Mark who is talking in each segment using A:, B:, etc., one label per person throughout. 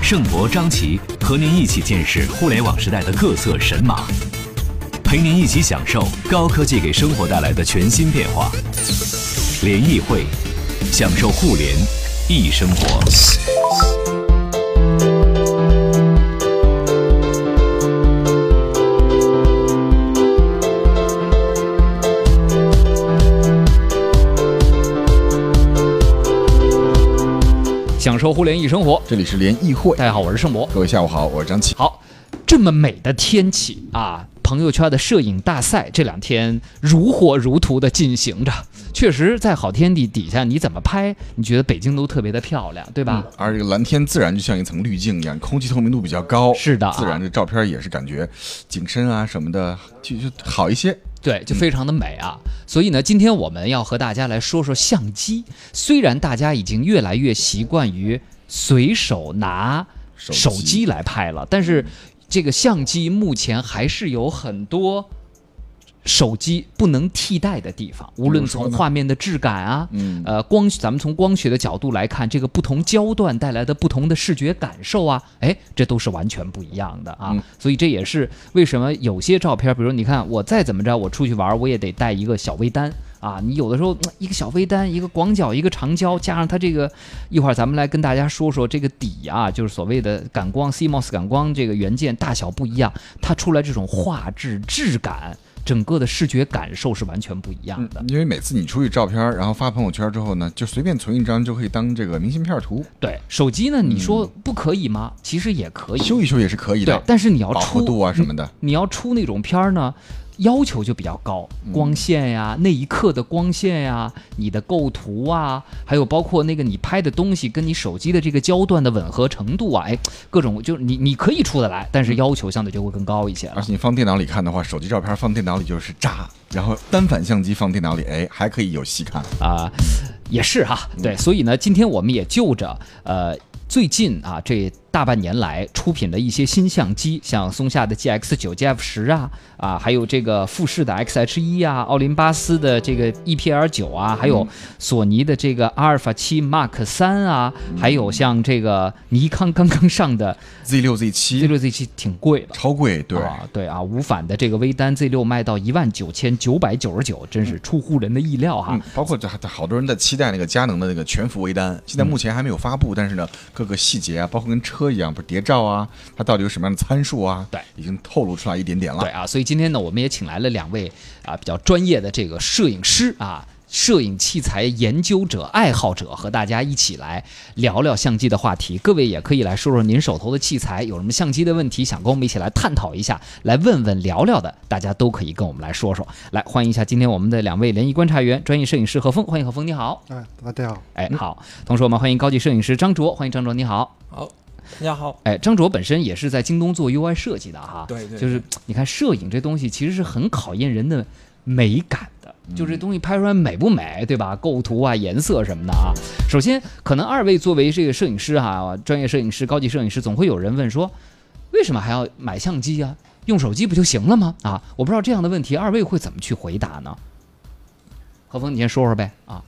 A: 盛博、张琪和您一起见识互联网时代的各色神马，陪您一起享受高科技给生活带来的全新变化。联谊会，享受互联易生活。
B: 享受互联易生活。
C: 这里是联谊会，
B: 大家好，我是盛博。
C: 各位下午好，我是张琪。
B: 好，这么美的天气啊，朋友圈的摄影大赛这两天如火如荼的进行着。确实，在好天地底下，你怎么拍，你觉得北京都特别的漂亮，对吧？
C: 而这个蓝天自然就像一层滤镜一样，空气透明度比较高，
B: 是的啊
C: 自然这照片也是感觉景深啊什么的就就好一些。
B: 对，就非常的美啊。所以呢，今天我们要和大家来说说相机。虽然大家已经越来越习惯于随手拿
C: 手
B: 手
C: 机
B: 机来拍了，但是这个相机目前还是有很多。手机不能替代的地方，无论从画面的质感啊，
C: 嗯
B: 呃，光咱们从光学的角度来看，这个不同焦段带来的不同的视觉感受啊，哎，这都是完全不一样的啊。
C: 嗯
B: 所以这也是为什么有些照片，比如你看我再怎么着，我出去玩我也得带一个小微单啊。你有的时候嗯一个小微单，一个广角，一个长焦，加上它这个，一会儿咱们来跟大家说说这个底啊，就是所谓的感光 CMOS 感光这个元件大小不一样，它出来这种画质质感。整个的视觉感受是完全不一样的，
C: 因为每次你出去照片，然后发朋友圈之后呢，就随便存一张就可以当这个明信片图，
B: 对手机呢，你说不可以吗？其实也可以，
C: 嗯修一修也是可以
B: 对
C: 的，，
B: 但是你要
C: 保护
B: 出
C: 度啊什么的。
B: 你要出那种片儿呢，要求就比较高，
C: 嗯
B: 光线呀、那一刻的光线呀、你的构图啊，还有包括那个你拍的东西跟你手机的这个焦段的吻合程度啊，哎，各种就是你你可以出得来，但
C: 嗯
B: 是要求相对就会更高一些了
C: 而。且你放电脑里看的话，手机照片放电脑里就是渣，然后单反相机放电脑里，哎，还可以有戏看。
B: 啊、也是哈，
C: 嗯
B: 对，所以呢，今天我们也就着呃最近啊这大半年来出品的一些新相机，像松下的 GX 九、GF 十啊啊，还有这个富士的 XH 一啊，奥林巴斯的这个 EPL 九啊，
C: 嗯
B: 还有索尼的这个阿尔法七 Mark 三啊，
C: 嗯
B: 还有像这个尼康刚刚上的
C: Z 六 Z
B: Z
C: 七
B: 六 Z 七挺贵的。
C: 超贵，嗯对，
B: 啊，对啊，无反的这个微单 Z 六卖到一万九千九百九十九，真是出乎人的意料哈。
C: 嗯，包括这还好多人在期待那个佳能的那个全幅微单，
B: 嗯
C: 现在目前还没有发布，但是呢，各个细节啊，包括跟车一样，不是谍照啊，它到底有什么样的参数啊，
B: 对
C: 已经透露出来一点点了。
B: 对啊，所以今天呢，我们也请来了两位啊比较专业的这个摄影师啊。摄影器材研究者、爱好者和大家一起来聊聊相机的话题。各位也可以来说说您手头的器材，有什么相机的问题想跟我们一起来探讨一下，来问问、聊聊的，大家都可以跟我们来说说。来，欢迎一下今天我们的两位联谊观察员、专业摄影师何峰，欢迎何峰，你好。
D: 哎，大家好，
B: 哎，好。同时，我们欢迎高级摄影师张卓，欢迎张卓，你好。
E: 好，大家好。
B: 哎，张卓本身也是在京东做 UI 设计的哈，
E: 对对
B: 就是你看摄影这东西其实是很考验人的美感的，
E: 嗯
B: 就这东西拍出来美不美，对吧？构图啊、颜色什么的啊。首先，可能二位作为这个摄影师哈、专业摄影师、高级摄影师，总会有人问说，为什么还要买相机啊？用手机不就行了吗？啊，我不知道这样的问题，二位会怎么去回答呢？何峰，你先说说呗啊，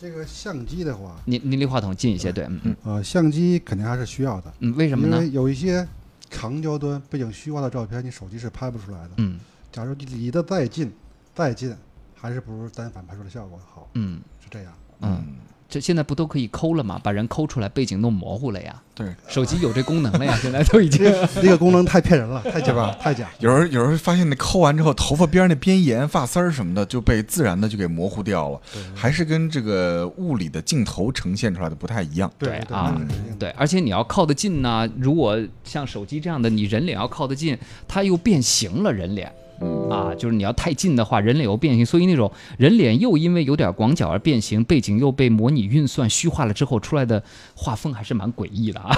D: 这个相机的话，
B: 您您离话筒近一些，对，嗯嗯
D: 呃，相机肯定还是需要的，
B: 嗯，为什么
D: 因
B: 呢
D: 为？有一些长焦端背景虚化的照片，你手机是拍不出来的。
B: 嗯
D: 假如你离得再近，再近，还是不如单反拍出的效果好，
B: 嗯
D: 是这样。
B: 嗯。这现在不都可以抠了吗？把人抠出来，背景弄模糊了呀。
C: 对，
B: 手机有这功能了呀，现在都已经
D: 这。个这个功能太骗人了，太假吧，太假。
C: 有人有人发现那抠完之后，头发边儿那边沿、发丝儿什么的就被自然的就给模糊掉了，还是跟这个物理的镜头呈现出来的不太一样。
D: 对
B: 对啊
D: 那是肯定的
B: 对，而且你要靠得近呐、如果像手机这样的，你人脸要靠得近，它又变形了人脸，啊，就是你要太近的话，人脸又变形，所以那种人脸又因为有点广角而变形，背景又被模拟运算虚化了之后出来的画风还是蛮诡异的啊。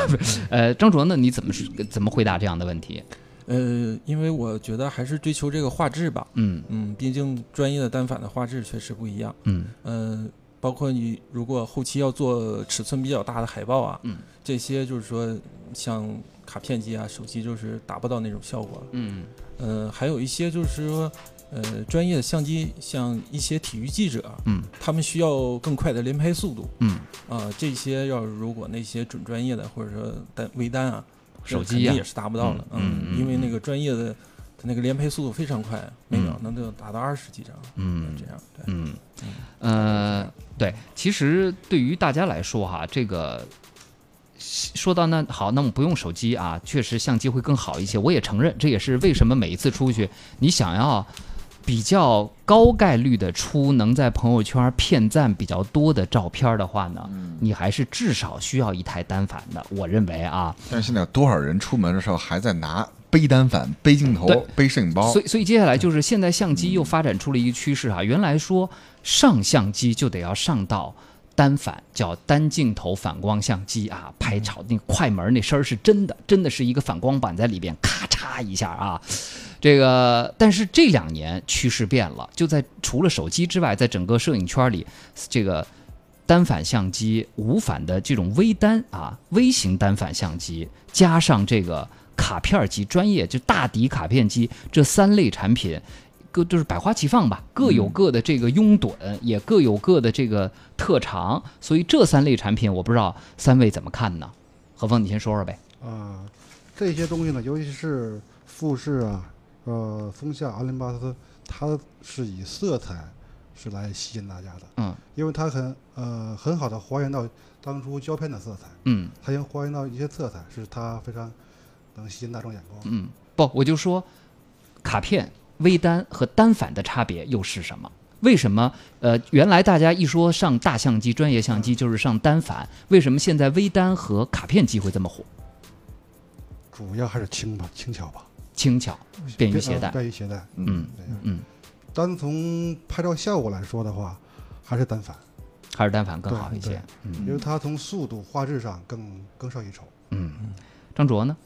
B: 呃，张卓呢，你怎么是怎么回答这样的问题？
E: 呃，因为我觉得还是追求这个画质吧，
B: 嗯
E: 嗯，毕竟专业的单反的画质确实不一样，
B: 嗯
E: 嗯，包括你如果后期要做尺寸比较大的海报啊，
B: 嗯，
E: 这些就是说像卡片机啊、手机就是达不到那种效果了。
B: 嗯
E: 呃，还有一些就是说，呃，专业的相机，像一些体育记者，啊
B: 嗯，
E: 他们需要更快的连拍速度
B: 嗯，
E: 啊、这些要是如果那些准专业的或者说单微单啊，
B: 手
E: 那
B: 机
E: 肯定
B: 呀
E: 也是达不到的，
B: 嗯嗯嗯
E: 因为那个专业的它那个连拍速度非常快，每秒能都有达到二十几张，
B: 嗯
E: 这样对，
B: 嗯，呃，对，其实对于大家来说哈，这个说到那好，那我们不用手机啊，确实相机会更好一些。我也承认，这也是为什么每一次出去，你想要比较高概率的出能在朋友圈骗赞比较多的照片的话呢，你还是至少需要一台单反的。我认为啊，
C: 但是现在有多少人出门的时候还在拿背单反、背镜头
B: 对、
C: 背摄影包
B: 所？以，所以接下来就是现在相机又发展出了一个趋势哈、原来说上相机就得要上到单反，叫单镜头反光相机啊，拍照那个快门那声儿是真的，真的是一个反光板在里边咔嚓一下啊。这个，但是这两年趋势变了，就在除了手机之外，在整个摄影圈里，这个单反相机、无反的这种微单啊、微型单反相机，加上这个卡片机、专业就大底卡片机这三类产品，各就是百花齐放吧，各有各的这个拥趸，也各有各的这个特长，所以这三类产品，我不知道三位怎么看呢？何峰，你先说说呗。
D: 啊、这些东西呢，尤其是富士啊，呃，松下阿林巴斯，它是以色彩是来吸引大家的，
B: 嗯
D: 因为它很呃很好的还原到当初胶片的色彩，
B: 嗯
D: 它能还原到一些色彩，是它非常能吸引大众眼光。
B: 嗯，不，我就说卡片、微单和单反的差别又是什么？为什么？呃，原来大家一说上大相机、专业相
D: 嗯
B: 机就是上单反，为什么现在微单和卡片机会这么火？
D: 主要还是轻吧，轻巧吧，
B: 轻巧，便于携
D: 呃
B: 带。
D: 便于携带。
B: 嗯
D: 这样
B: 嗯，
D: 单从拍照效果来说的话，还是单反，
B: 还是单反更
D: 对
B: 好一些
D: 对。
B: 嗯
D: 因为它从速度、画质上更更胜一筹。
B: 嗯，张卓呢？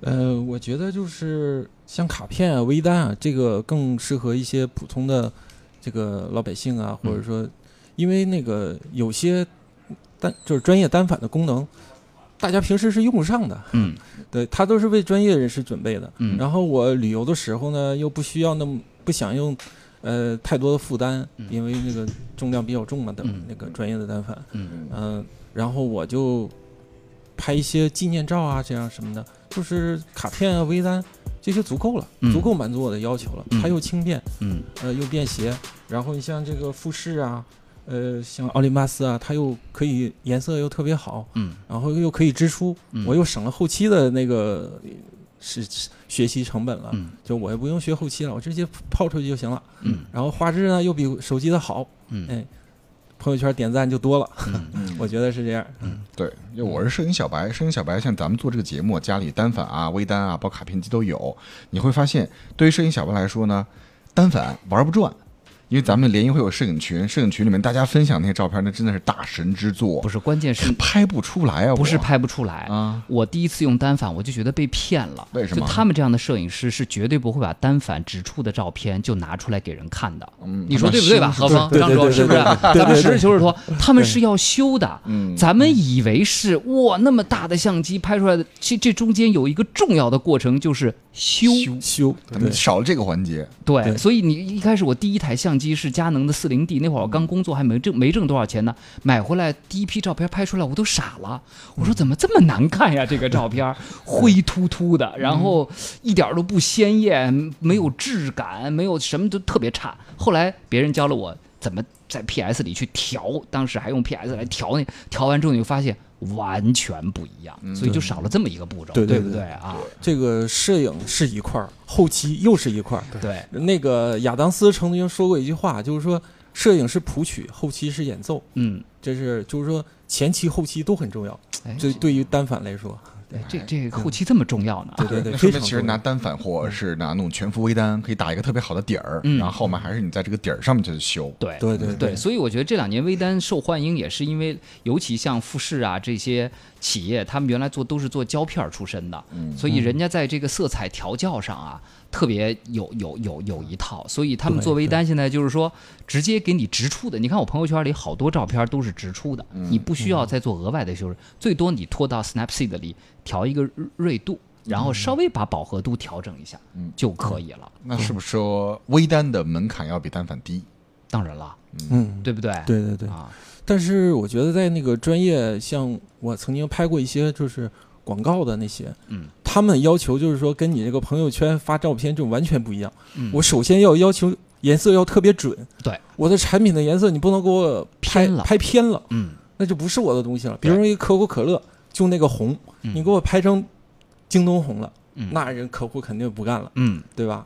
E: 呃，我觉得就是像卡片啊、微单啊，这个更适合一些普通的这个老百姓啊，
B: 嗯
E: 或者说，因为那个有些单就是专业单反的功能，大家平时是用不上的，
B: 嗯
E: 对，它都是为专业人士准备的。
B: 嗯
E: 然后我旅游的时候呢，又不需要那么不想用呃太多的负担，因为那个重量比较重嘛，等
B: 嗯
E: 那个专业的单反，
B: 嗯
E: 嗯，然后我就拍一些纪念照啊，这样什么的，就是卡片啊、微单这些足够了，
B: 嗯
E: 足够满足我的要求了。
B: 嗯
E: 它又轻便，
B: 嗯
E: 呃，又便携。然后你像这个富士啊，呃，像奥林巴斯啊，它又可以颜色又特别好，
B: 嗯
E: 然后又可以支出，
B: 嗯
E: 我又省了后期的那个呃是是学习成本了，
B: 嗯
E: 就我也不用学后期了，我直接抛出去就行了。
B: 嗯
E: 然后画质呢又比手机的好，
B: 嗯
E: 哎，朋友圈点赞就多了，
C: 嗯
E: 我觉得是这样。
C: 对，因
B: 嗯
C: 为我是摄影小白，摄影小白像咱们做这个节目，家里单反啊、微单啊，包括卡片机都有。你会发现，对于摄影小白来说呢，单反玩不转，因为咱们联谊会有摄影群，摄影群里面大家分享那些照片，那真的是大神之作，
B: 不是，关键 是
C: 拍不出来啊，
B: 不是
C: 我
B: 拍不出来
C: 啊？
B: 我第一次用单反，我就觉得被骗了。
C: 为什么
B: 就他们这样的摄影师是绝对不会把单反直处的照片就拿出来给人看的。
C: 嗯
B: 你说对不对吧？何峰、
E: 对
B: 张
E: 对
B: 卓
E: 对
B: 是不是？
E: 对对对
B: 咱们实事求是说，他们是要修的。
C: 嗯
B: 咱们以为是哇，那么大的相机拍出来的，这这中间有一个重要的过程就是修。
E: 修，
B: 嗯
C: 咱们少了这个环节，
B: 对，
E: 对
B: 所以你一开始我第一台相机是佳能的四零 D，那会儿我
E: 嗯
B: 刚工作还没挣没挣多少钱呢，买回来第一批照片拍出来我都傻了，我
E: 嗯
B: 说怎么这么难看呀？这个照片 儿灰秃秃
E: 嗯
B: 的，然后一点儿都不鲜艳，没有质感，没有什么都特别差。后来别人教了我怎么在 PS 里去调，当时还用 PS 来调那，调完之后你就发现完全不一样，所以就少了这么一个步骤，
E: 嗯对对
B: 不
E: 对
B: 对啊？
E: 这个摄影是一块儿，后期又是一块儿。
B: 对，
E: 那个亚当斯曾经说过一句话，就是说摄影是谱曲，后期是演奏，
B: 嗯，
E: 这是就是说前期后期都很重要。
B: 哎
E: 这对于单反来说，
B: 哎这这个后期这么重要呢？
E: 对对对，
C: 那说
E: 非常
C: 明其实
E: 重
C: 拿
E: 要
C: 单反或者是拿那种全幅微单，可以打一个特别好的底儿，
B: 嗯
C: 然后后面还是你在这个底儿上面去修。
B: 对
E: 对对
B: 嗯对，所以我觉得这两年微单受欢迎也是因为，尤其像富士啊这些企业，他们原来做都是做胶片儿出身的，
C: 嗯
B: 所以人家在这个色彩调教上啊，特别有有有有一套，所以他们
E: 对
B: 做微单现在就是说直接给你直出的。你看我朋友圈里好多照片都是直出的，
E: 嗯
B: 你不需要再做额外的修饰，最多你拖到 Snapseed 里调一个锐度，然
E: 嗯
B: 后稍微把饱和度调整一下
C: 嗯
B: 就可以了。
C: 那是不是说微单的门槛要比单反低？
B: 当然了，
E: 嗯，
B: 对不对？
E: 对对对。
B: 啊，
E: 但是我觉得在那个专业，像我曾经拍过一些就是广告的那些，
B: 嗯，
E: 他们要求就是说跟你这个朋友圈发照片这种完全不一样。
B: 嗯
E: 我首先要要求颜色要特别准，
B: 对
E: 我的产品的颜色你不能给我拍
B: 偏了
E: 拍偏了，
B: 嗯。
E: 那就不是我的东西了。比如说一个可口可乐，就那个红，
B: 嗯
E: 你给我拍成京东红了，
B: 嗯
E: 那人客户肯定不干了，
B: 嗯，
E: 对吧？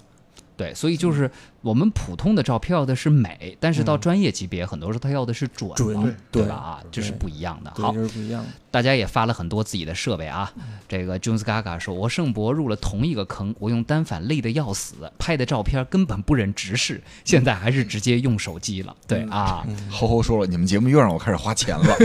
B: 对，所以就是我们普通的照片要的是美，但是到
E: 嗯
B: 专业级别，很多时候它要的是准嘛，
E: 准
B: 对
E: 对
B: 吧？啊，这是不一样的。
E: 对，
B: 好
E: 就，是不一样的。
B: 大家也发了很多自己的设备啊。这个 Jones Gaga 说：“我盛博入了同一个坑，我用单反累得要死，拍的照片根本不忍直视，现在还是直接用手机了。”对
E: 嗯
B: 啊
C: 猴猴说了，你们节目又让我开始花钱了。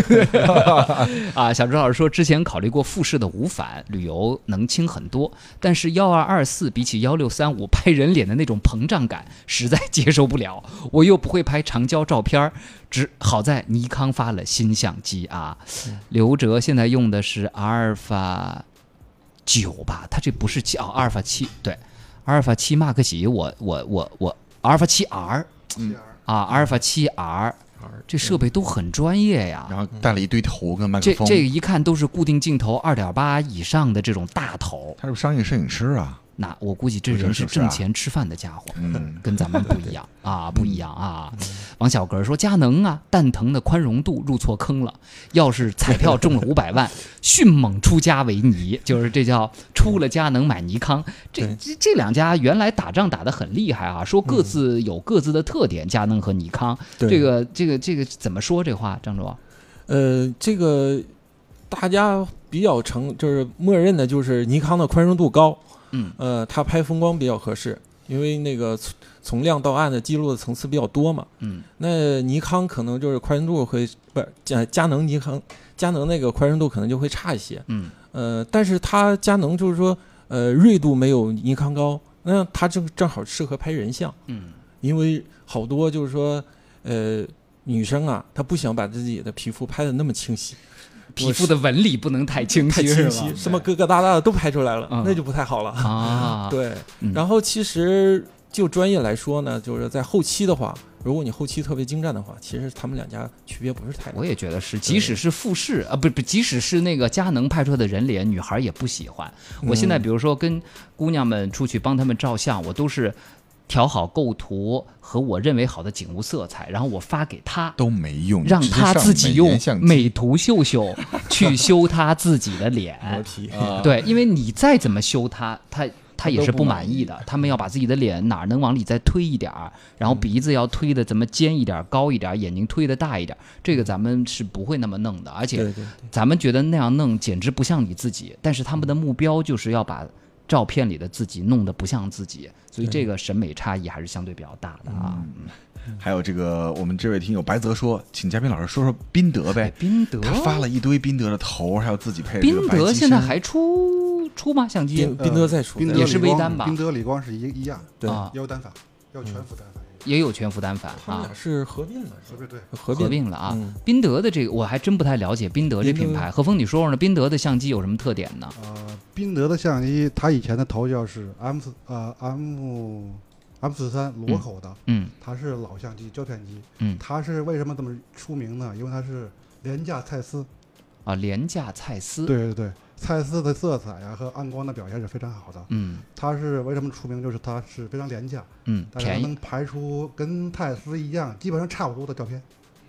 B: 啊！小朱老师说，之前考虑过富士的无反，旅游能轻很多，但是幺二二四比起幺六三五拍人脸的那种膨胀感，实在接受不了。我又不会拍长焦照片儿，只好在尼康发了新相机啊。刘哲现在用的是阿尔法九吧，他这不是七啊，阿尔法七对，阿尔法七 Mark 几，我我我我阿尔法七 R
C: 嗯
B: 啊，阿尔法七 R，这设备都很专业呀。
C: 然后带了一堆头跟麦克
B: 这
C: 风，
B: 这个一看都是固定镜头二点八以上的这种大头，
C: 他是不是商业摄影师啊？
B: 那我估计这
C: 不是
B: 人
C: 是
B: 是
C: 不是啊
B: 挣钱吃饭的家伙，
C: 嗯
B: 跟咱们不一 样啊，
E: 嗯
B: 不一样啊。王小格说：“佳能啊，蛋疼的宽容度入错坑了，要是彩票中了五百万，迅猛出家为尼，就是这叫出了佳能买尼康。这
E: 对
B: 这这两家原来打仗打得很厉害啊，说各自有各自的特点，佳能和尼康。
E: 对
B: 这个这个这个怎么说这话，张卓？
E: 呃，这个大家比较承就是默认的就是尼康的宽容度高，
B: 嗯
E: 呃，它拍风光比较合适，因为那个从从亮到暗的记录的层次比较多嘛。
B: 嗯
E: 那尼康可能就是宽容度会不是佳佳能尼康佳能那个宽容度可能就会差一些，
B: 嗯
E: 呃，但是它佳能就是说呃锐度没有尼康高，那它正正好适合拍人像。
B: 嗯
E: 因为好多就是说，呃，女生啊，她不想把自己的皮肤拍的那么清晰，
B: 皮肤的纹理不能 太清
E: 太
B: 晰，
E: 清
B: 是吧
E: 晰，什么疙疙瘩瘩的都拍出来了，
B: 嗯
E: 那就不太好了。
B: 啊？
E: 对
B: 嗯，
E: 然后其实就专业来说呢，就是在后期的话，如果你后期特别精湛的话，其实他们两家区别不是太大。
B: 我也觉得是，即使是富士啊，不不，即使是那个佳能拍出来的人脸，女孩也不喜欢。我现
C: 嗯
B: 在比如说跟姑娘们出去帮她们照相，我都是调好构图和我认为好的景物色彩，然后我发给她，
C: 都没用，
B: 让
C: 直接
B: 她
C: 上
B: 自己
C: 美
B: 用
C: 颜相机
B: 美图秀秀去修她自己的 脸。
E: 磨皮，
B: 对，因为你再怎么修它，它它也
C: 啊都
B: 是
C: 不
B: 不
C: 满
B: 满意的。他们要把自己的脸哪儿能往里再推一点儿，然后
C: 嗯
B: 鼻子要推的怎么尖一点儿、高一点儿，眼睛推的大一点儿，这个咱们是不会那么弄的。而
E: 对
B: 且
E: 对对，
B: 咱们觉得那样弄简直不像你自己，但是他
C: 嗯
B: 们的目标就是要把。照片里的自己弄得不像自己，所以这个审美差异还是相对比较大的啊。
C: 嗯还有这个，我们这位听友白泽说，请嘉宾老师说说宾得呗。
B: 宾得，
C: 哎他发了一堆宾得的头，还有自己配的这
B: 宾
C: 个白
B: 得
C: 机
B: 现在
C: 身
B: 还出出吗？相机
E: 宾宾得再说，
D: 宾得
B: 也是
D: 理光
B: 微单吧
D: 宾得理光是一一样，
E: 对，
B: 啊，嗯
D: 要单反，要全幅单反，
B: 也有全幅单反
E: 他们
B: 啊
E: 俩。是合并了，是
D: 对不
E: 吧
D: 对？
E: 合
B: 合
E: 并
B: 并了啊。
E: 嗯
B: 宾得的这个我还真不太了解宾得这品
E: 宾
B: 牌。何峰，你说说呢？宾得的相机有什么特点呢？
D: 呃，宾得的相机，它以前的头叫是 M 四呃 M M 四三螺口的，
B: 嗯
D: 它是老相机胶片机，
B: 嗯
D: 它是为什么这么出名呢？因为它是廉价蔡司，
B: 啊，廉价蔡司。，
D: 对对对，蔡司的色彩呀、和暗光的表现是非常好的。
B: 嗯
D: 它是为什么出名？就是它是非常廉价，
B: 嗯，
D: 但是它
B: 便宜
D: 能排出跟蔡司一样，基本上差不多的照片。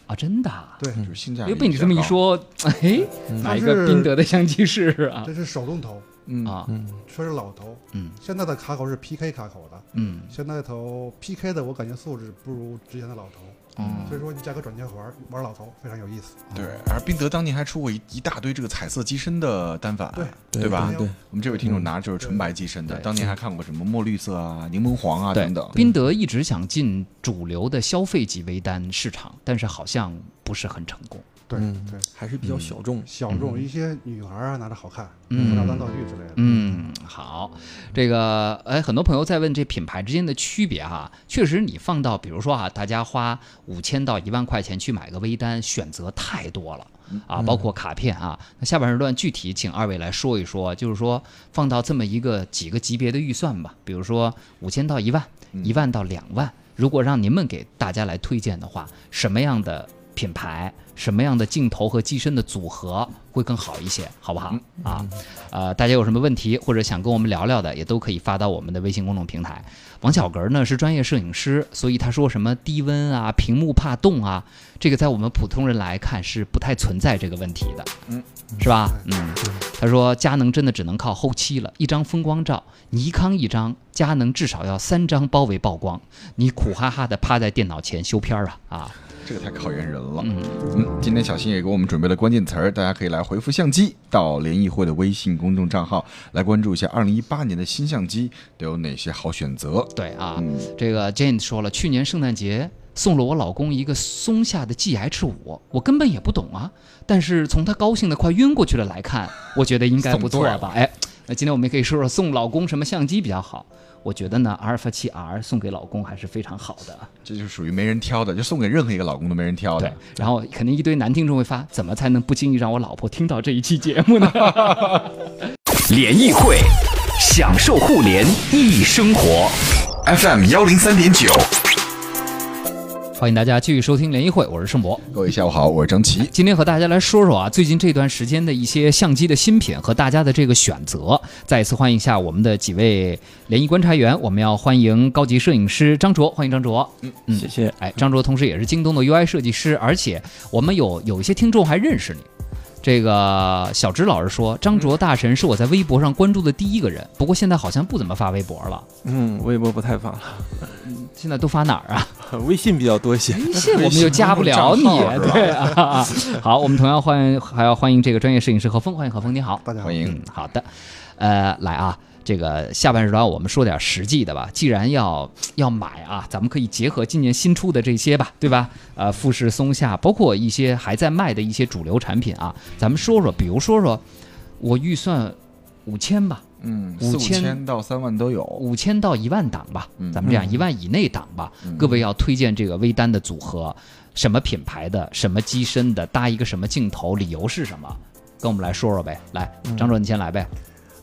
B: 啊，真的、啊。
D: 对，
C: 就是性价
B: 哎
C: 比。
B: 被你这么一，说， 哎，买一个宾得的相机试试啊
D: 这是手动头，
C: 嗯，
B: 啊，
E: 嗯，
D: 全是老头。
B: 嗯
D: 现在的卡口是 PK 卡口的，
B: 嗯
D: 现在的头 PK 的我感觉素质不如之前的老头。
C: 嗯
D: 所以说你价格转接环玩老头非常有意思。
C: 对，而宾得当年还出过一一大堆这个彩色机身的单反，
B: 哎
D: 对
C: 对吧？
E: 对，
C: 我们这位听众拿的就是纯白机身的，
B: 嗯对
C: 当年还看过什么墨绿色啊、柠檬黄啊
B: 对
C: 等等，。
B: 宾得一直想进主流的消费级微单市场，但是好像不是很成功。
D: 对
E: 嗯
D: 对，
E: 还是比较小众。
D: 小众一些女孩儿啊拿着好看，
B: 嗯
D: 拿当道具之类的。
B: 嗯，好，这个哎，很多朋友在问这品牌之间的区别哈、确实你放到比如说啊，大家花五千到一万块钱去买个微单，选择太多了啊，包括卡片啊。那下半时段具体请二位来说一说，就是说放到这么一个几个级别的预算吧，比如说五千到一万，一万到两万，如果让您们给大家来推荐的话，什么样的？品牌什么样的镜头和机身的组合会更好一些，好不好啊？呃，大家有什么问题或者想跟我们聊聊的，也都可以发到我们的微信公众平台。王小格呢是专业摄影师，所以他说什么低温啊、屏幕怕冻啊，这个在我们普通人来看是不太存在这个问题的，
C: 嗯，
B: 是吧？嗯，他说佳能真的只能靠后期了，一张风光照，尼康一张，佳能至少要三张包围曝光，你苦哈哈的趴在电脑前修片儿啊啊，
C: 这个太考验人了。
B: 嗯。
C: 嗯，今天小新也给我们准备了关键词儿，大家可以来回复“相机”到联谊会的微信公众账号来关注一下，二零一八年的新相机都有哪些好选择。
B: 对啊，
C: 嗯
B: 这个 Jane 说了，去年圣诞节送了我老公一个松下的 GH 五，我根本也不懂啊，但是从他高兴的快晕过去了来看，我觉得应该不错
C: 送对
B: 吧？哎，那今天我们也可以说说送老公什么相机比较好。我觉得呢，阿尔法七 R 送给老公还是非常好的。
C: 这就属于没人挑的，就送给任何一个老公都没人挑
B: 对
C: 的。，
B: 然后肯定一堆男听众会发，怎么才能不经意让我老婆听到这一期节 目呢？
A: 联谊会，享受互联易生活。
C: FM 幺零三点九，
B: 欢迎大家继续收听联谊会，我是盛博。
C: 各位下午好，我是张琪。
B: 今天和大家来说说啊，最近这段时间的一些相机的新品和大家的这个选择。再一次欢迎一下我们的几位联谊观察员，我们要欢迎高级摄影师张卓，欢迎张卓。嗯
E: 谢谢。
B: 哎，张卓同时也是京东的 UI 设计师，而且我们有有一些听众还认识你。这个小直老师说，张卓大神是我在微博上关注的第一个人，不过现在好像不怎么发微博了，
E: 嗯，微博不太发了，
B: 现在都发哪儿啊？
E: 微信比较多一些。
B: 微信我们就加不了你，对啊。好，我们同样欢迎，还要欢迎这个专业摄影师何峰，欢迎何峰，你好。
D: 大家好
C: 欢，迎
B: 嗯，好的，呃，来啊，这个下半时段我们说点实际的吧。既然要要买啊，咱们可以结合今年新出的这些吧，对吧？呃，富士、松下，包括一些还在卖的一些主流产品啊，咱们说说，比如说说，我预算五千吧，
C: 嗯，
B: 五
C: 四五
B: 千
C: 千到三万都有。
B: 五千到一万档吧，
C: 嗯
B: 咱们这样一万以内档吧。
C: 嗯
B: 各位要推荐这个微单的组合，什么品牌的，什么机身的，搭一个什么镜头，理由是什么？跟我们来说说呗。来，
C: 嗯
B: 张卓你先来呗，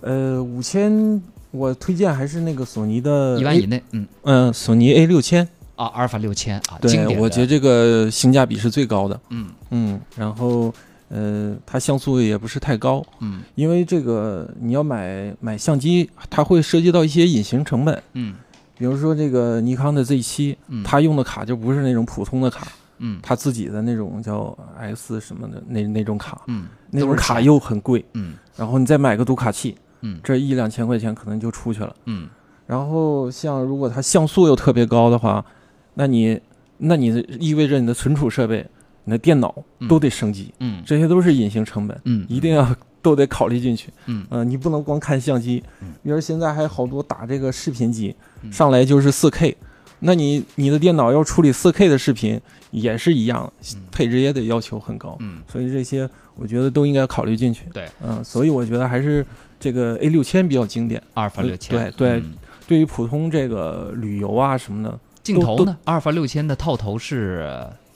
E: 呃，五千我推荐还是那个索尼
C: 呃
E: 的
B: 一万
E: A-
B: 以内，嗯。
E: 嗯，索尼 A 六千，
B: 啊，阿尔法六千啊，经
E: 对
B: 典，的
E: 我觉得这个性价比是最高的。
B: 嗯
E: 嗯，然后呃，它像素也不是太高，
B: 嗯
E: 因为这个你要买买相机，它会涉及到一些隐形成本，
B: 嗯
E: 比如说这个尼康的 Z 七，
B: 嗯，
E: 它用的卡就不是那种普通的卡，
B: 嗯
E: 它自己的那种叫 X 什么的那那种卡，
B: 嗯
E: 那种卡又很贵，
B: 嗯
E: 然后你再买个读卡器，
B: 嗯
E: 这一两千块钱可能就出去了。
B: 嗯
E: 然后像如果它像素又特别高的话，那你那你意味着你的存储设备、你的电脑
B: 嗯
E: 都得升级，
B: 嗯
E: 这些都是隐形成本，
B: 嗯，
E: 一定要都得考虑进去。
B: 嗯
E: 呃，你不能光看相机，比如现在还好多打这个视频机，
B: 嗯
E: 上来就是4 K，那你你的电脑要处理4 K 的视频也是一样，配置也得要求很高，
B: 嗯
E: 所以这些我觉得都应该考虑进去。
B: 对，
E: 嗯、所以我觉得还是这个 A 六千比较经典。
B: 阿尔法啊六千，
E: 对呃对
B: 嗯
E: 对于普通这个旅游啊什么的，
B: 镜头呢？阿尔法六千的套头是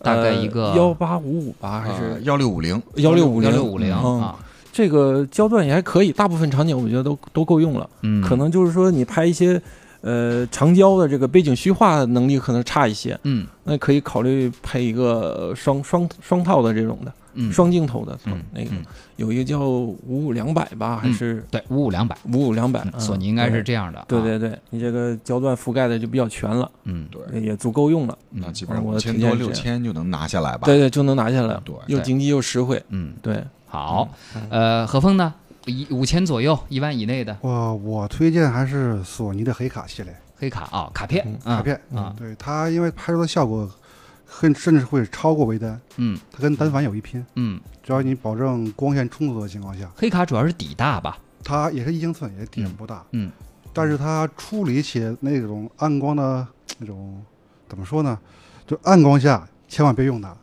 B: 大概一个
E: 呃幺八五五吧，还是
C: 幺啊六五零，
E: 幺六五
B: 五
E: 零？
B: 六五零
E: 嗯
B: 啊，
E: 这个焦段也还可以，大部分场景我觉得都都够用了。
B: 嗯，
E: 可能就是说你拍一些呃长焦的这个背景虚化能力可能差一些，
B: 嗯
E: 那可以考虑配一个呃双双双套的这种的、
B: 嗯
E: 双镜头的，
B: 嗯
E: 那个、
B: 嗯
E: 有一个叫五五两百吧，还是
B: 对五五两百，
E: 五五两百
B: 嗯，索尼应该是
E: 这。
B: 这样的，
E: 对
B: 啊，
E: 对对，你这个焦段覆盖的就比较全了，
B: 嗯
C: 对，
E: 也足够用了。
C: 那基本上
E: 我
C: 五
E: 的
C: 千
E: 推荐
C: 多
E: 是
C: 六
E: 这
C: 千就能拿下来吧？
E: 对对，就能拿下来，
C: 对
E: 又
B: 对
E: 经济又实惠。
B: 嗯
E: 对，
B: 好，
E: 嗯
B: 呃，何峰呢？一五千左右，一万以内的
D: 我我推荐还是索尼的黑卡系列
B: 黑卡啊，卡片
E: 嗯，
B: 卡
D: 卡片
B: 啊
D: 对它因为拍出的效果甚甚至会超过微单，
B: 嗯
D: 它跟单反有一拼。
B: 嗯，
D: 只要你保证光线充足的情况下，
B: 黑卡主要是底大吧？
D: 它也是一英寸，也底不大，
B: 嗯
D: 但是它处理起那种暗光的那种怎么说呢？就暗光下千万别用它，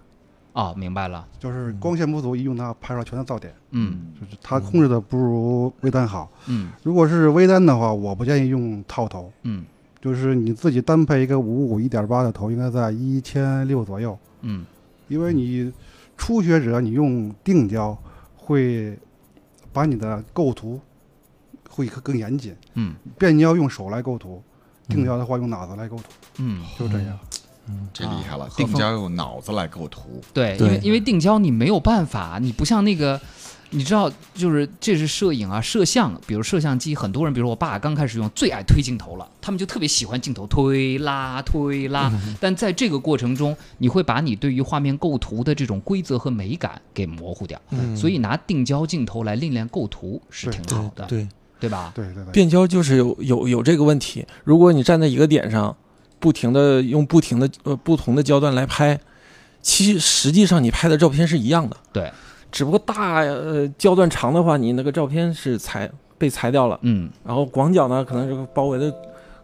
B: 哦，明白了。
D: 就是光线不足一用它拍出来全是噪点，
B: 嗯
D: 就是它控制的不如微单好。
B: 嗯
D: 如果是微单的话，我不建议用套头，
B: 嗯
D: 就是你自己单配一个五五一点八的头，应该在一千六左右，
B: 嗯
D: 因为你初学者你用定焦会把你的构图会更更严谨，
B: 嗯
D: 变焦用手来构图，
E: 嗯
D: 定焦的话用脑子来构图，
B: 嗯，
D: 就这样。
C: 这厉害了，
B: 何
C: 定
B: 峰
C: 焦用脑子来构图，
B: 对，因
E: 对
B: 为因为定焦你没有办法，你不像那个。你知道，就是这是摄影啊，摄像，比如摄像机，很多人，比如我爸刚开始用，最爱推镜头了，他们就特别喜欢镜头推拉推拉。
E: 嗯
B: 但在这个过程中，你会把你对于画面构图的这种规则和美感给模糊掉，
E: 嗯
B: 所以拿定焦镜头来练练构图是挺好的，
E: 对，
B: 对吧？
D: 对对对，
E: 变焦就是有有有这个问题。如果你站在一个点上，不停的用不停的呃不同的焦段来拍，其实实际上你拍的照片是一样的。
B: 对，
E: 只不过大呃焦段长的话，你那个照片是裁被裁掉了，
B: 嗯，
E: 然后广角呢可能是包围的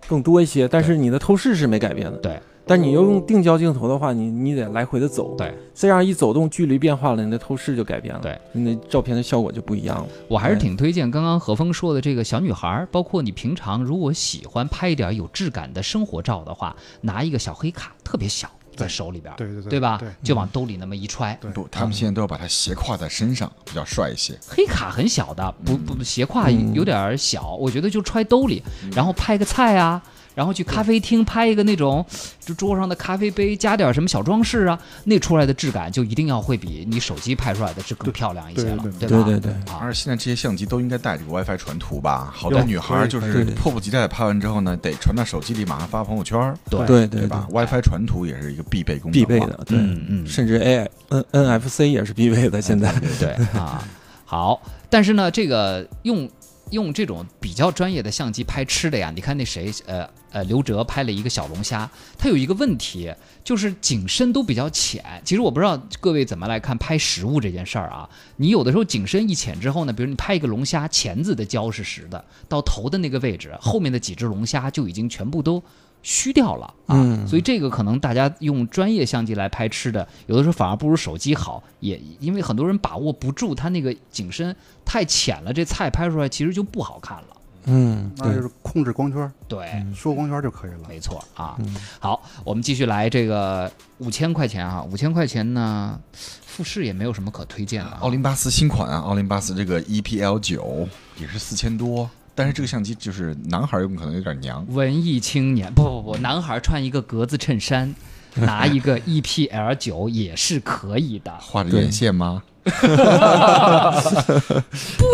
E: 更多一些，但是你的透视是没改变的。
B: 对，
E: 但你要用定焦镜头的话，你你得来回的走，
B: 对，
E: 这样一走动距离变化了，你的透视就改变了，
B: 对，
E: 你的照片的效果就不一样了。
B: 我还是
E: 对
B: 挺推荐刚刚何峰说的这个小女孩儿，包括你平常如果喜欢拍一点有质感的生活照的话，拿一个小黑卡，特别小，在手里边儿，
D: 对对对
B: 吧？
D: 对嗯
B: 就往兜里那么一揣。
D: 对
C: 不，
E: 嗯
C: 他们现在都要把它斜挎在身上，比较帅一些。
B: 黑卡很小的，不不斜挎
E: 嗯
B: 有点儿小，我觉得就揣兜里，
D: 嗯
B: 然后拍个菜啊，然后去咖啡厅拍一个那种，就桌上的咖啡杯加点儿什么小装饰啊，那出来的质感就一定要会比你手机拍出来的是更漂亮一些了，
D: 对
B: 对
D: 对
B: 吧？
E: 对对对
B: 啊，
C: 而且现在这些相机都应该带这个 WiFi 传图吧？好多
D: 有
C: 女孩儿就
D: 可以
C: 是
E: 可以
C: 迫不及待的拍完之后呢，得传到手机里，马上发朋友圈儿，
B: 哎对
E: 对
C: 对
E: 对
C: 吧？WiFi 传图也是一个必备功能，
E: 必备。的，对，
B: 嗯嗯。
E: 甚至 A N N F C 也是必备的。现在，
B: 对啊，好，但是呢，这个用用这种比较专业的相机拍吃的呀，你看那谁，呃呃，刘哲拍了一个小龙虾，它有一个问题，就是景深都比较浅。其实我不知道各位怎么来看拍食物这件事儿啊，你有的时候景深一浅之后呢，比如你拍一个龙虾，钳子的胶是实的，到头的那个位置，后面的几只龙虾就已经全部都。虚掉了啊，
E: 嗯
B: 所以这个可能大家用专业相机来拍吃的，有的时候反而不如手机好，也因为很多人把握不住它那个景深太浅了，这菜拍出来其实就不好看了。
E: 嗯，
D: 那就是控制光圈，
B: 对，
D: 收光圈就可以了。
B: 没错啊。
E: 嗯
B: 好，我们继续来这个五千块钱啊，五千块钱呢，富士也没有什么可推荐的啊、
C: 奥林巴斯新款啊，奥林巴斯这个 EPL 九也是四千多，但是这个相机就是男孩儿用可能有点娘。
B: 文艺青年，不不不，男孩穿一个格子衬衫，拿一个 EPL 九也是可以的，
C: 画着眼线吗
B: 不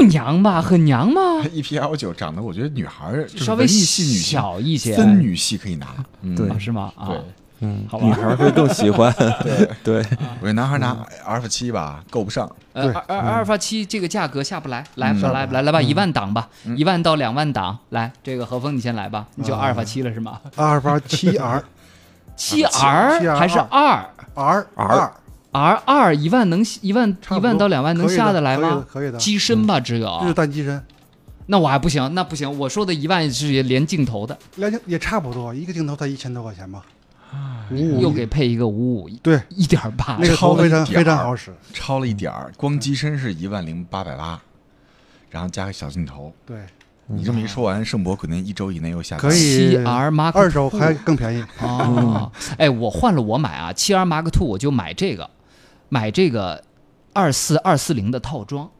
B: 娘吧？很娘吗？
C: ？EPL ？E 九长得我觉得女孩儿就是
B: 稍微
C: 文艺系女性
B: 小一些，
C: 森女系可以拿，嗯
E: 对
B: 啊，是吗？啊，
C: 对，
E: 嗯
B: 好吧
E: 女孩会更 喜欢。对 对，
C: 嗯我觉得男孩拿阿尔法七吧够不上，
B: 呃，
D: 对
B: 二二阿尔法七这个价格下不来，来
C: 嗯
B: 吧来吧嗯来来吧，一万档吧，一万到两万档，来，这个何峰你先来吧，你就
D: 啊
B: 阿尔法七了是吗？
D: 阿尔法七 R
B: 嗯七 R 还是二
D: R
E: R
B: R 二一万能一万
D: 差
B: 一
D: 不多
B: 万到两万能下得来吗？
D: 可以的，可以的可以嗯
B: 机身吧只
D: 的，就是
B: 有，
D: 单机身，
B: 那我还不行，那不行，我说的一万是连镜头的，
D: 两镜也差不多，一个镜头才一千多块钱吧。五
B: 又
D: 五
B: 给配一个五五
D: 对
B: 一点八
D: 那，个
C: 超
D: 头
C: 了
D: 非
C: 一
D: 常
C: 点儿
D: 非常好使，
C: 超了一点儿，光机身是一万零八百
E: 嗯
C: 八，然后加个小镜头。
D: 对，
C: 你这么一说完，盛博可能一周以内又下单
D: 可以
B: 七 R Mark
D: 二手还更便宜。
B: 哦，哎，我换了，我买啊，七 R Mark Two 我就买这个，买这个二四二四零的套装，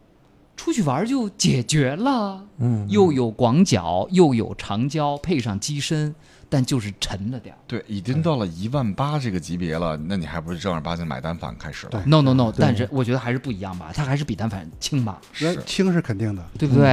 B: 出去玩就解决了。
E: 嗯，
B: 又有广角，又有长焦，配上机身，但就是沉了点儿。
C: 对，已经到了
E: 嗯
C: 一万八这个级别了，那你还不是正儿八经买单反开始了？
D: 对
B: No No No，但是我觉得还是不一样吧，它还是比单反轻吧，
D: 那
C: 是
D: 轻是肯定的，
B: 对不对？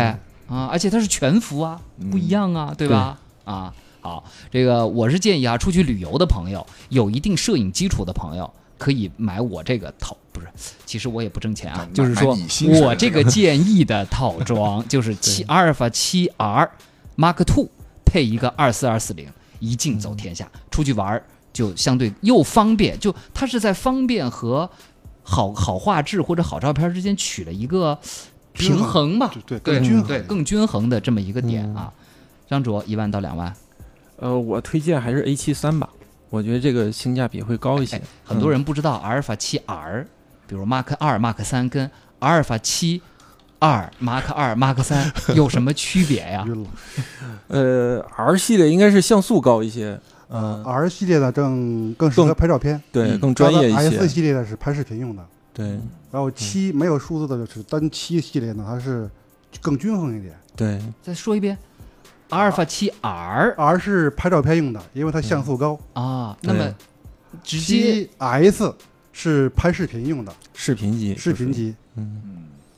B: 啊，而且它是全幅啊，不一样啊，对吧？啊，好，这个我是建议啊，出去旅游的朋友，有一定摄影基础的朋友。可以买我这个套，不是，其实我也不挣钱啊
C: 买，
B: 就是说
C: 买你薪水的
B: 我这个建议的套 装就是七阿尔法七嗯 R Mark Two 配一个二四二四零，一镜走天下。出去玩儿就相对又方便，就它是在方便和好好画质或者好照片之间取了一个平衡吧，
D: 对
B: 啊对
D: 更均衡，
B: 对更均衡的这么一个点啊。
E: 嗯
B: 张卓一万到两万，
E: 呃，我推荐还是 A 七三吧，我觉得这个性价比会高一些。
B: 哎很
E: 嗯
B: 多人不知道阿尔法七 R，比如 Mark 二、Mark 三跟阿尔法七二、Mark 二、Mark 三有什么区别呀？
D: 晕了。
E: 呃，R 系列应该是像素高一些，
D: 呃
E: 嗯
D: ，R 系列的更更适合
E: 更
D: 拍照片，
E: 对，
B: 啊嗯
E: 更专业一
D: ，S
E: 些。
D: 系列的是拍视频用的，
E: 对
D: 然后七没有数字的是单七系列呢，它是更均衡一点。
E: 对，
B: 再说一遍，阿尔法七 R
D: R 是拍照片用的，因为它像素高。
B: 啊，那么
E: 对
B: 直接
D: S 是拍视频用的，
E: 视频机，
D: 视频，机
E: 嗯，
C: 嗯，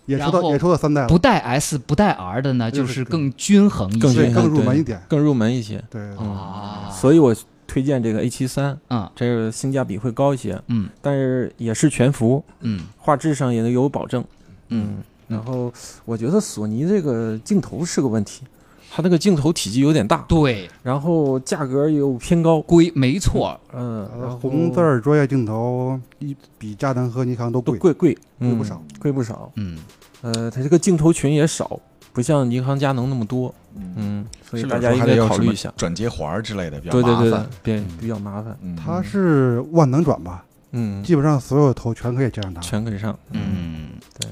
D: 也出
B: 然后
D: 到也出到三代了
B: 不，带 S 不带 R 的呢，就
D: 就是是
B: 更均衡一
E: 更
B: 些
D: 对，
E: 均衡
D: 更入门
E: 对
D: 一点。
E: 更入门一些。
D: 对，对
B: 啊。
E: 所以我推荐这个 A 七三，
B: 嗯
E: 这个性价比会高一些，
B: 嗯
E: 但是也是全幅，
B: 嗯
E: 画质上也能有保证。
B: 嗯，
E: 然后我觉得索尼这个镜头是个问题，它那个镜头体积有点大，
B: 对，
E: 然后价格又偏高。
B: 归没错，
E: 嗯，然
D: 呃
E: 后
D: 红字儿专业镜头一比佳能和尼康都
E: 都
D: 贵，
E: 贵贵
D: 贵不
E: 嗯
D: 少
E: 贵不少。
B: 嗯，
E: 呃，它这个镜头群也少，不像尼康、佳能那么多。嗯，所以
C: 是
E: 大
C: 不
E: 家
C: 是
E: 应
C: 还得
E: 该
C: 要
E: 考
C: 什
E: 虑
C: 么
E: 一下。
C: 转接环儿之类的，比较
E: 对对
C: 麻
E: 对
C: 烦
E: 对。，对
B: 嗯
E: 比较麻烦。
C: 嗯
D: 它是万能转吧，
E: 嗯，
D: 基本上所有头全可以接上它。
E: 全给上。
B: 嗯，
E: 对。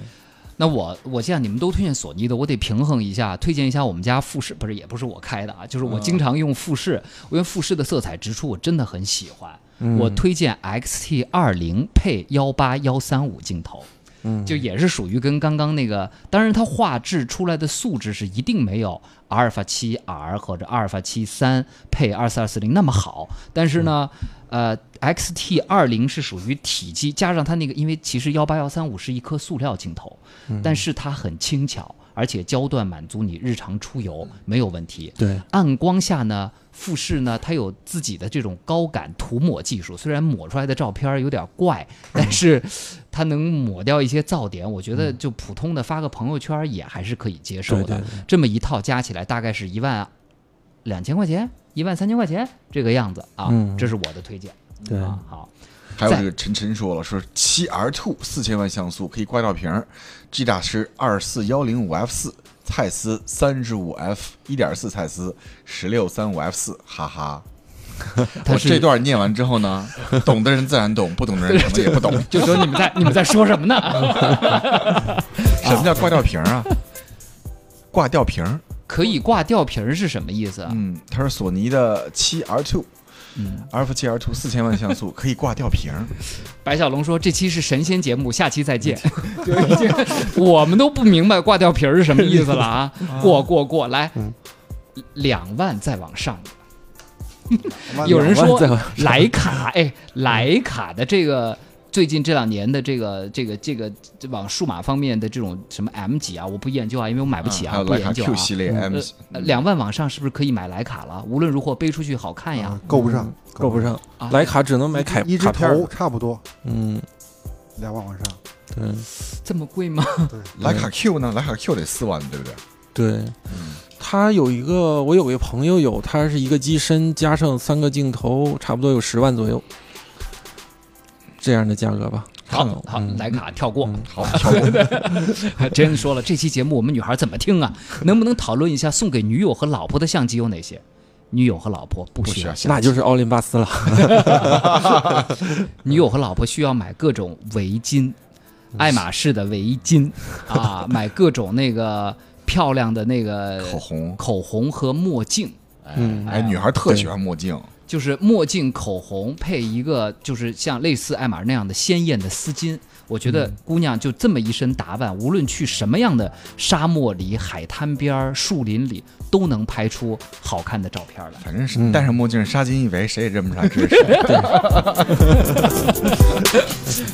B: 那我我既然你们都推荐索尼的，我得平衡一下，推荐一下我们家富士，不是也不是我开的啊，就是我
E: 嗯
B: 经常用富士，因为富士的色彩直出我真的很喜欢，
E: 嗯，
B: 我推荐 XT 二零配幺八幺三五镜头，
E: 嗯
B: 就也是属于跟刚刚那个，当然它画质出来的素质是一定没有阿尔法七 R 或者阿尔法七三配二四二四零那么好，但是呢，呃，XT 二零是属于体积加上它那个，因为其实幺八幺三五是一颗塑料镜头，但是它很轻巧，而且焦段满足你日常出游没有问题。
E: 对，
B: 暗光下呢，富士呢，它有自己的这种高感涂抹技术，虽然抹出来的照片儿有点怪，但是它能抹掉一些噪点，我觉得就普通的发个朋友圈儿也还是可以接受
E: 对
B: 的。
E: 嗯对对
B: 这么一套加起来大概是一万两千块钱，一万三千块钱这个样子啊，
E: 嗯
B: 这是我的推荐。
E: 对
B: 啊，好，
C: 还有这个晨晨说了，说七 R Two 四千万像素可以挂照屏儿，G 大师二四幺零五 F 四，蔡司三十五 F 一点四蔡司十六三五 F 四，哈哈。
B: 他
C: 我
B: 是
C: 这段念完之后呢，懂的人自然懂，不懂的人可能也不懂。
B: 就说你们在你们在说什么呢？
C: 什么叫挂吊瓶儿啊？挂吊瓶儿，
B: 可以挂吊瓶儿是什么意思啊？
C: 嗯，它是索尼的七 R Two。
B: 嗯，
C: 阿尔法七 R Two 四千万像素可以挂吊瓶儿，
B: 白小龙说：“这期是神仙节目，下期再见。”就已经，我们都不明白挂吊瓶儿是什么意思了啊！过过过，来，两万再往上，
D: 万
B: 有人
E: 两万
B: 说
E: 再往
B: 莱卡，哎，莱卡的这个。最近这两年的这个这个这个这往数码方面的这种什么 M 级啊，我不研究啊，因为我买不起
C: 嗯还
B: 啊，
C: 有
B: 不
C: 徕卡
B: 研究
C: Q
B: 啊。
C: 系列 M，
B: 呃两万往上是不是可以买莱卡了？无论如何背出去好看呀
D: 啊。够不上，
E: 嗯够不上
B: 啊，
E: 徕卡只能买卡
D: 一只
E: 卡片儿
D: 头。差不多
E: 嗯，
D: 两万往上。
E: 对
B: 这么贵吗？
C: 徕卡 Q 呢？徕卡 Q 得四万，对不对？
E: 对。它有一个，我有个朋友有，它是一个机身加上三个镜头，差不多有十万左右，这样的价格吧。
B: 好
E: 看了
B: 好，
E: 嗯
B: 莱卡跳过。
C: 好，跳过。
B: 真说了，这期节目我们女孩怎么听啊？能不能讨论一下送给女友和老婆的相机有哪些？女友和老婆不需
C: 需
B: 要，
C: 要
E: 那就是奥林巴斯了。
B: 女友和老婆需要买各种围巾，爱马仕的围 巾啊，买各种那个漂亮的那个
C: 口红，
B: 口红和墨镜，
E: 嗯，
C: 哎，女孩特喜欢墨镜，
B: 就是墨镜、口红配一个就是像类似爱马仕那样的鲜艳的丝巾。我觉得姑娘就这么一身打扮，无论去什么样的沙漠里、海滩边儿、树林里，都能拍出好看的照片来。
C: 反正是戴上墨镜，杀金一围，谁也认不出来这是 谁。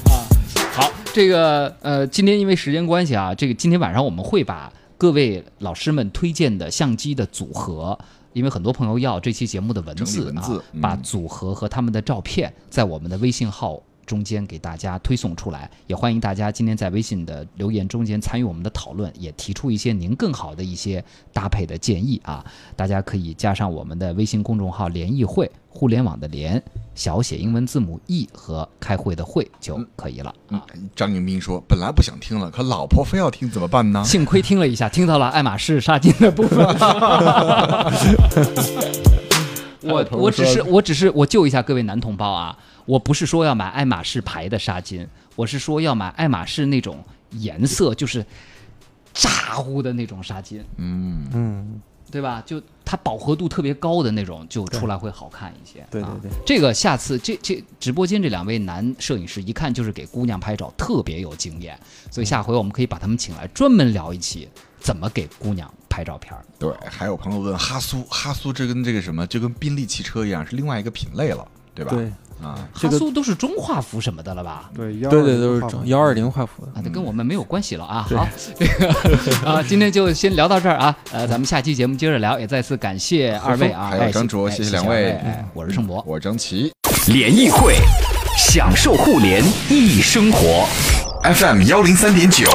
B: 好，这个呃，今天因为时间关系啊，这个今天晚上我们会把各位老师们推荐的相机的组合，因为很多朋友要这期节目的文字啊，
C: 整理文字嗯
B: 把组合和他们的照片在我们的微信号。中间给大家推送出来。也欢迎大家今天在微信的留言中间参与我们的讨论，也提出一些您更好的一些搭配的建议啊。大家可以加上我们的微信公众号“联谊会”，互联网的联，小写英文字母 e 和开会的会就可以了啊。
C: 张迎宾说：“本来不想听了，可老婆非要听，怎么办呢？”
B: 幸亏听了一下，听到了爱马仕纱巾的部分。我我只是我只是我救一下各位男同胞啊！我不是说要买爱马仕牌的纱巾，我是说要买爱马仕那种颜色就是炸乎的那种纱巾，
C: 嗯，
E: 嗯，
B: 对吧？就它饱和度特别高的那种，就出来会好看一些。
E: 对对
B: 啊
E: 对，
B: 这个下次这这直播间这两位男摄影师一看就是给姑娘拍照，特别有经验，所以
E: 嗯
B: 下回我们可以把他们请来专门聊一期怎么给姑娘拍照片儿。
C: 对。还有朋友问哈苏，哈苏这跟这个什么，就跟宾利汽车一样，是另外一个品类了，对吧？
E: 对
C: 啊，
E: 这
B: 哈
E: 个
B: 苏都是中画幅什么的了吧？
D: 对，
E: 对对，都是
D: 120
E: 幺二零画幅
C: 嗯
E: 的。
B: 啊，这跟我们没有关系了啊。
E: 对
B: 好，这个 啊，今天就先聊到这儿啊。呃，咱们下期节目接着聊，也再次感谢二位啊，
C: 还有
B: 哎
C: 张
B: 谢
C: 卓
B: 哎
C: 谢
B: 谢
C: 谢两
B: 二
C: 位
B: 哎我是盛博。
C: 我是张琪
A: 联谊会，享受互联易生活。
C: ，FM 幺零三点九